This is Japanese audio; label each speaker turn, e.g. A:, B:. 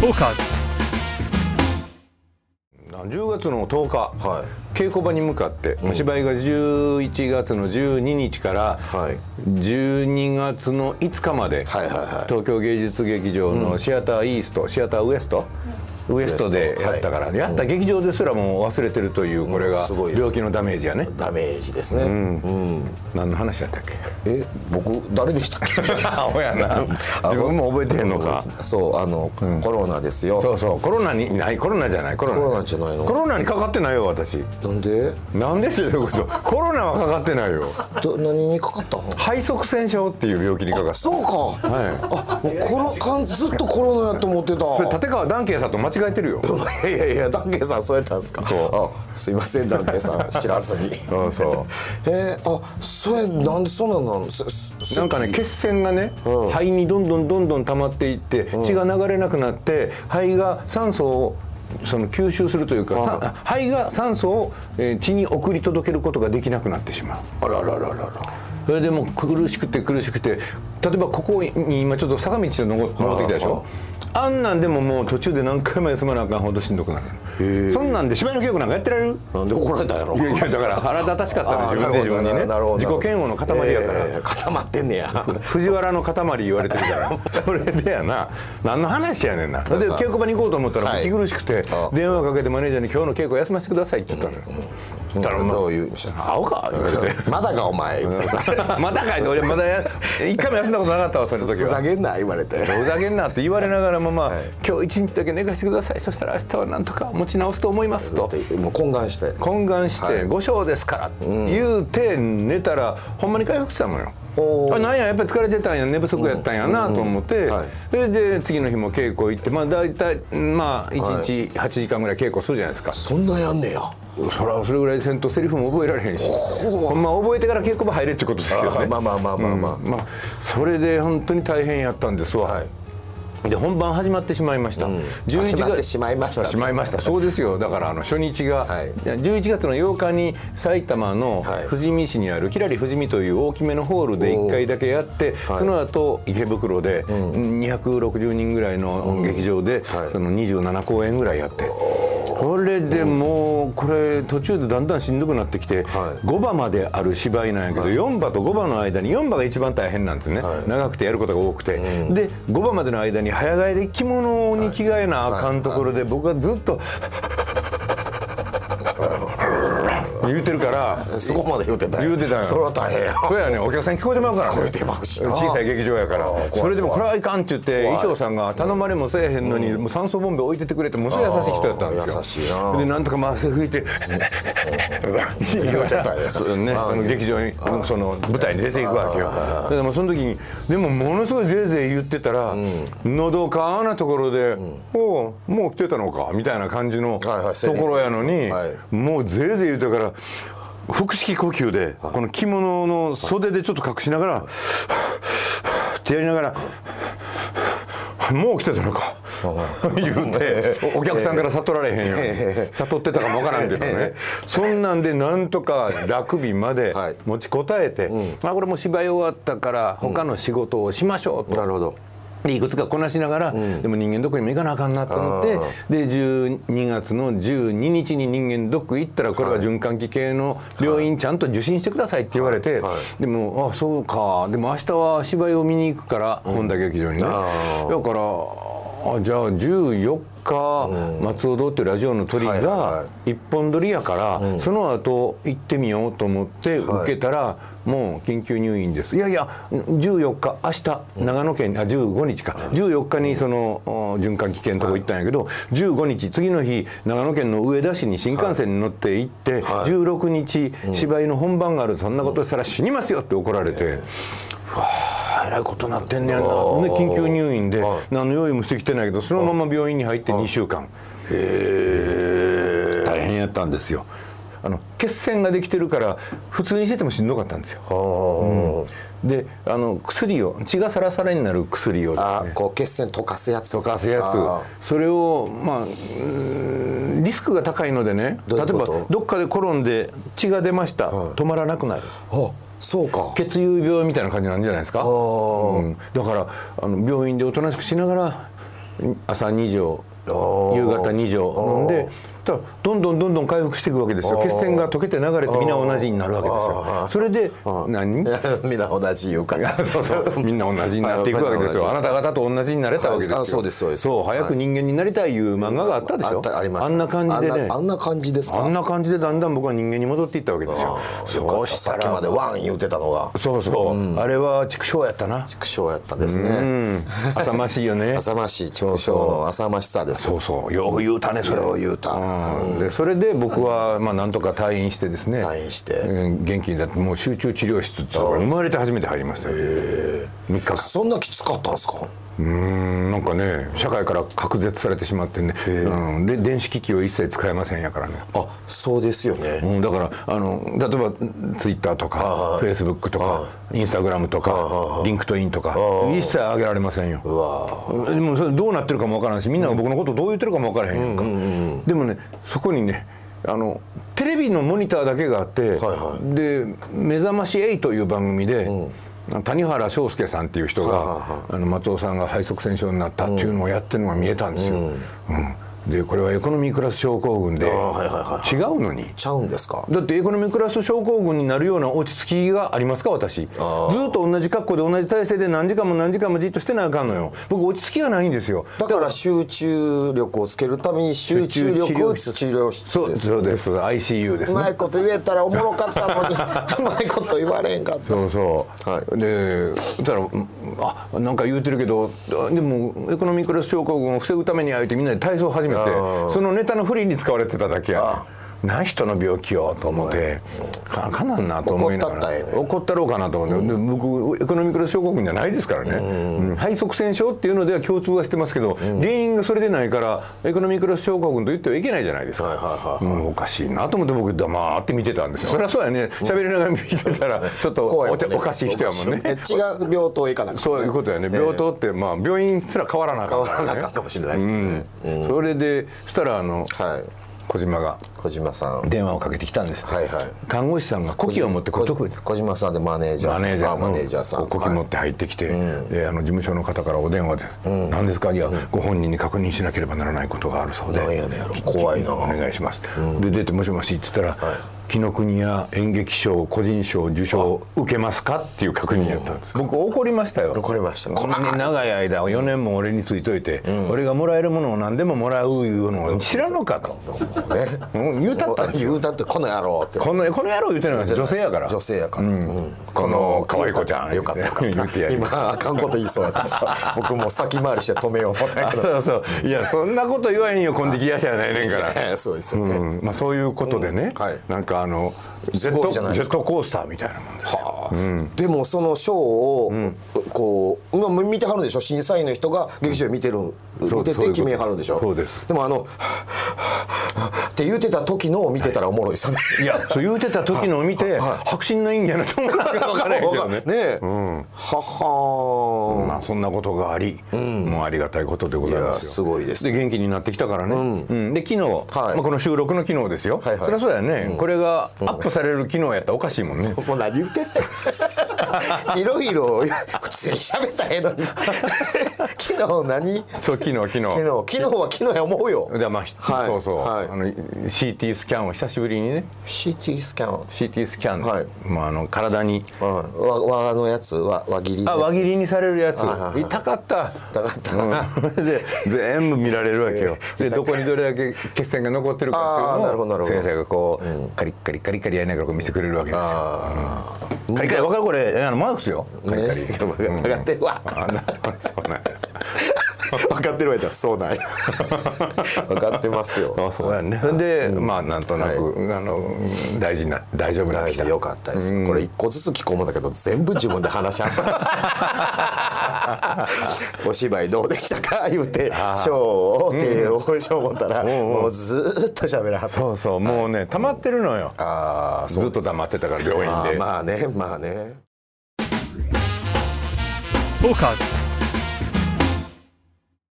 A: トーカーズ
B: 10月の10日、
C: は
B: 稽古場に向かって、お芝居が11月の12日から
C: はい
B: 12月の5日まで、
C: はいはいはい
B: 東京芸術劇場のシアターイースト、シアターウエスト、ウエストでやったから、
C: はい
B: やった劇場ですらもう忘れてるというこれが
C: すごいです
B: 病気のダメージやね、
C: ダメージですね、
B: 何の話や ったっけ
C: え僕誰でしたっけ
B: アホやな
C: あ
B: 自分も覚えてへんのか
C: そうあの、コロナですよ
B: そうそうコロナにないコロナじゃないコロナ
C: コロナじゃないの
B: コロナにかかってないよ私
C: なんで
B: なんでってどういうことコロナはかかってないよ
C: ど何にかかったの
B: 肺塞栓症っていう病気にかかって
C: そうか、あもうコロかんずっとコロナやと思って
B: それ
C: た
B: 立川談慶さんと間違えてるよ
C: いやいやいやダンケンさんそうやったんですかあすいませんダンケンさん知らず に
B: そうそ
C: えー、あそれなんでそんなんなのせ
B: う
C: せ
B: なんかね血栓がね、肺にどんどんどんどん溜まっていって、血が流れなくなって肺が酸素をその吸収するというか、さ肺が酸素を、えー血に送り届けることができなくなってしまう
C: あららららら
B: それでもう苦しくて苦しくて例えばここに今ちょっと坂道で登登ってきたでしょあんなんでももう途中で何回も休まなあかんほどしんどくなるそんなんで芝居の稽古なんかやってられる
C: なんで怒られたんやろ
B: いやいやだから腹立たしかった
C: あ
B: ね
C: ー
B: 自
C: な
B: 分で
C: るほ
B: 自
C: ど
B: 分にね
C: なるほど
B: 自己嫌悪の塊やから、
C: えー固まってんねや
B: 藤原の塊言われてるから それでやな何の話やねんなで稽古場に行こうと思ったら
C: はい
B: 息苦しくて
C: あ
B: 電話かけてマネージャーに「今日の稽古休ませてください」って言ったのよそしたらま
C: どういう
B: 「青か」言われて
C: まだかお前言って
B: またかいって俺まだや一回も休んだことなかったわその時
C: ふ
B: は
C: ざけんな言われて
B: ふざけんなって言われながらもまあ、
C: はい
B: 今日一日だけ寝かしてくださいそしたら明日はなんとか持ち直すと思いますと
C: もう懇願して
B: 懇願して「5章ですから」言うて寝たらほんまに回復したのよ。
C: おー
B: あなんややっぱり疲れてたんや寝不足やったんやなと思って、
C: はい
B: それで次の日も稽古行ってまあ大体まあ1日8時間ぐらい稽古するじゃないですか、
C: そんなやんねや
B: そらそれぐらいせんとセリフも覚えられへんしほんま覚えてから稽古場入れってことですけどね
C: まあまあまあまあまあ、
B: まあ、それで本当に大変やったんですわ、
C: はい
B: で本番始まってしまいました、11
C: 始まってしまいました
B: しまいましたそうですよだからあの初日が、
C: はい
B: 11月の8日に埼玉の
C: はい
B: 富士見市にあるキラリ富士見という大きめのホールで1回だけやって、
C: はい
B: その後池袋で260人ぐらいの劇場で、
C: はい
B: その27公演ぐらいやって。これでもうこれ途中でだんだんしんどくなってきて
C: はい
B: 5場まである芝居なんやけど4場と5場の間に4場が一番大変なんですね
C: はい
B: 長くてやることが多くてで5場までの間に早替えで着物に着替えなあかんところで僕はずっと言うてるから
C: そこまで言うてたんや
B: 言うてたんや
C: それは大変や
B: これはねお客さん聞こえてまうからね
C: 聞こえてまうしな
B: 小さい劇場やから
C: 怖い怖い
B: それでもこれはいかんって言って衣装さんが頼まれもせえへんのにもう酸素ボンベ置いててくれてものすごい優しい人やったんですよ
C: あー優しいな
B: でなんとかまあ汗拭いて
C: 言うてたんや
B: そうねあの劇場にその舞台に出ていくわけよでもその時にでもものすごいぜいぜい言ってたらのどかなところで「おうもう来てたのか」みたいな感じの
C: はいはい
B: ところやのに
C: はい
B: もうぜいぜい言うてから腹式呼吸でこの着物の袖でちょっと隠しながら「ってやりながら「もう来てたのか」 言うてお客さんから悟られへんよ悟ってたかもわからんけどねそんなんでなんとか楽日まで
C: はい
B: 持ちこたえてまあこれもう芝居終わったから他の仕事をしましょうと。
C: なるほど
B: でいくつかこなしながら、でも人間ドックにも行かなあかんなと思ってで12月の12日に人間ドック行ったらこれは循環器系の病院ちゃんと受診してくださいって言われて、
C: はいはい
B: でもあそうかでも明日は芝居を見に行くから、本田劇場にねだからあじゃあ14日、松尾堂っていうラジオの鳥
C: はいはい
B: が
C: は
B: 一本撮りやから、その後行ってみようと思って受けたら、もう緊急入院ですいやいや14日明日長野県あ15日か14日にそのお循環器系のとこ行ったんやけど15日次の日長野県の上田市に新幹線に乗って行って、
C: はい
B: 16日芝居の本番があるそんなことしたら死にますよって怒られて。あーえらいことなってんねやなで緊急入院で
C: はい
B: 何の用意もしてきてないけどそのまま病院に入って2週間大変やったんですよあの血栓ができてるから普通にしててもしんどかったんですよ
C: あー、
B: であの薬を血がサラサラになる薬をです
C: あ
B: ね
C: こう血栓溶かすやつ
B: 溶かすや
C: あ
B: つそれをまあうーんリスクが高いのでね
C: どういう
B: 例え
C: こ
B: ば
C: と
B: どっかで転んで血が出ました、止まらなくなる
C: ーあそうか
B: 血友病みたいな感じなんじゃないですか、
C: ー
B: うんだからあの病院でおとなしくしながら朝2錠
C: おー
B: 夕方2錠飲んでただどんどんどんどん回復していくわけですよ血栓が溶けて流れて皆同じになるわけですよそれで何
C: みんな同じ言うから
B: そうそうみんな同じになっていくわけですよあなた方と同じになれたわけですよ
C: あそうですそうです
B: そう早く人間になりたいいう漫画があったでし
C: あ
B: ょ
C: ったありました
B: んな感じで
C: あん
B: ね
C: なあんな感じですか
B: あんな感じでだんだん僕は人間に戻っていったわけですよ
C: よか
B: そ
C: っ
B: う
C: た
B: し
C: さ
B: た
C: っきま
B: ら
C: でワン言うてたのが
B: そうそうあれは畜生やったな
C: 畜生やったんです
B: う
C: ね
B: ん浅ましいよね
C: 浅ましい畜生の浅ましさで す
B: そうそうよう言うたねそれ
C: よう言うた
B: うんでそれで僕はまあなんとか退院してですね
C: 退院して
B: うん元気になってもう集中治療室ってところに生まれて初めて入りましたよ3日間
C: そんなきつかったんですか
B: うーんなんかね社会から隔絶されてしまってね、うん、で電子機器を一切使えませんやからね、
C: あそうですよね
B: うん、だからあの例えばツイッターとかフェイスブックとかインスタグラムとかリンクトインとか一切上げられませんよ
C: うわ
B: でもそれどうなってるかもわからんしみんなが僕のことどう言ってるかもわからへんやんか、でもねそこにねあのテレビのモニターだけがあって、
C: は
B: で「目覚まし8」という番組で、谷原章介さんっていう人が、
C: はいはい
B: あの松尾さんが肺塞栓症になったっていうのをやってるのが見えたんですよ、うんでこれはエコノミークラス症候群で、
C: ーはいはいは
B: 違うのに
C: ちゃうんですか
B: だってエコノミークラス症候群になるような落ち着きがありますか私ずっと同じ格好で同じ体勢で何時間も何時間もじっとしてなあかんのよ僕落ち着きがないんですよ
C: だから集中力をつけるために集中力を治療室です
B: そうです ICU です
C: う
B: ね
C: まいこと言えたらおもろ かったのにうまいこと言われへんかった
B: そうそう、
C: は
B: でそしたらうん「あなんか言うてるけどあでもエコノミークラス症候群を防ぐためにあえてみんなで体操を始めてそのネタの不利に使われてただけやねんない人の病気をと思ってかかなんなと思いなが
C: 怒ったった
B: ら
C: らええねん
B: 怒ったろうかなと思って、で僕エコノミークラス症候群じゃないですからね、うん肺塞栓症っていうのでは共通はしてますけど、原因がそれでないからエコノミークラス症候群と言ってはいけないじゃないですか、
C: はいはいはいはい
B: うんおかしいなと思って僕黙って見てたんですよそりゃそうやね喋りながら見てた らちょっと
C: 怖い
B: お
C: もんね
B: 茶おかしい人やもんね
C: え違う病棟へ行かなくて
B: そういうことやね病棟ってまあ病院すら変わらなあ
C: 変
B: か
C: わ
B: った
C: らなかったかもしれないですね、
B: うんそれでそしたらあの
C: はい
B: 小島が
C: 小島さん
B: 電話をかけてきたんですって
C: はいはい
B: 看護師さんが呼気を持ってこ
C: 小
B: う特に
C: 小島さんでマネージャー
B: マ
C: さん
B: ネージャー
C: あマネージャーさん
B: 呼気持って入ってきて、であの事務所の方からお電話で「何ですか?」いやご本人に確認しなければならないことがあるそうで
C: なんやねんやろ怖いな
B: お願いします」で出て「もしもし」って言ったら「紀伊国屋演劇賞個人賞受賞受けますか?」っていう確認やったんです僕怒りましたよ
C: 怒りました
B: こんなに長い間4年も俺についといて、俺がもらえるものを何でももらういうのを知らのかと、
C: ね
B: うん言うたったんです
C: 言
B: よ
C: うたってこの野郎って
B: このこの野郎言うてるのは女性やから
C: 女性やから、うん
B: この可愛い子ちゃん
C: よかったよか
B: 言
C: っ
B: ってやる
C: た今あかんこと言いそうやった でしょ僕もう先回りして止めよう思った
B: あ
C: けど
B: そうそういやそんなこと言わへんよ金色やしやないねんから、
C: え えそうですよ
B: う
C: ね、
B: んまあ、そういうことでね、
C: うんはい
B: なんかあのジ
C: す
B: ェッ
C: ご
B: ト
C: い
B: ジ
C: じゃ
B: ェ
C: ないです
B: ッ
C: か
B: トコースターみたいなもんですよ
C: はあでもそのショーを、こう今見てはるんでしょ審査員の人が劇場で見てる、
B: そう
C: 見て
B: そういうこと
C: て決めはるんでしょ
B: そうです
C: もあの って言ってた時のを見てたらおもろいですよね、
B: いやそう言うてた時のを見て迫真の演技やなと思わなきゃ分からへんけど
C: ね
B: ね
C: え、はは
B: まあ、そんなことがあり、もうありがたいことでござい
C: い
B: ま
C: や
B: すよ
C: すごいです
B: で元気になってきたからね、うんで昨日、まあ、この収録の昨日ですよ、
C: はいはい
B: そりゃそうやね、これがアップされる昨日やったらおかしいもんね、
C: もう何言ってん のいろいろ普通に喋ったらええのに昨日何
B: そう昨日昨日
C: 昨日昨日は昨日や思うよ
B: でまあ、
C: はい
B: そうそう、
C: はい
B: あの CT スキャンを久しぶりにね
C: CT スキャン
B: CT スキャン、
C: はい
B: まあ、あの体に
C: うんわわのやつわ輪切りの
B: あ輪
C: やつ
B: 切りにされるやつ
C: はいはいはい
B: 痛かった
C: 痛かったな
B: うんそれで全部見られるわけよでどこにどれだけ血栓が残ってるかって
C: あーないる
B: う
C: ほどな
B: の
C: る
B: を
C: ほど
B: 先生がこう、カリッカリカリカリやりながらこう見せてくれるわけですよ
C: あ
B: カリカリわかるこれあのマークスよカリカリ、
C: ね分かってる わ
B: あなそうなんや
C: 分かってるわやったらそうなんや 分かってますよ
B: あそうやねで、まあなんとなく、あの大事な大丈夫なっ
C: 大
B: てき
C: 事
B: た
C: よかったです、これ一個ずつ聞こうもんだけど全部自分で話し 合ったお芝居どうでしたか言うて賞を手をしよう思ったら、もうずーっと喋らはった
B: そうそうもうね溜まってるのよ、
C: ああ
B: ずっと黙ってたから病院
C: まあ
B: で
C: まあねまあね
A: Bullcars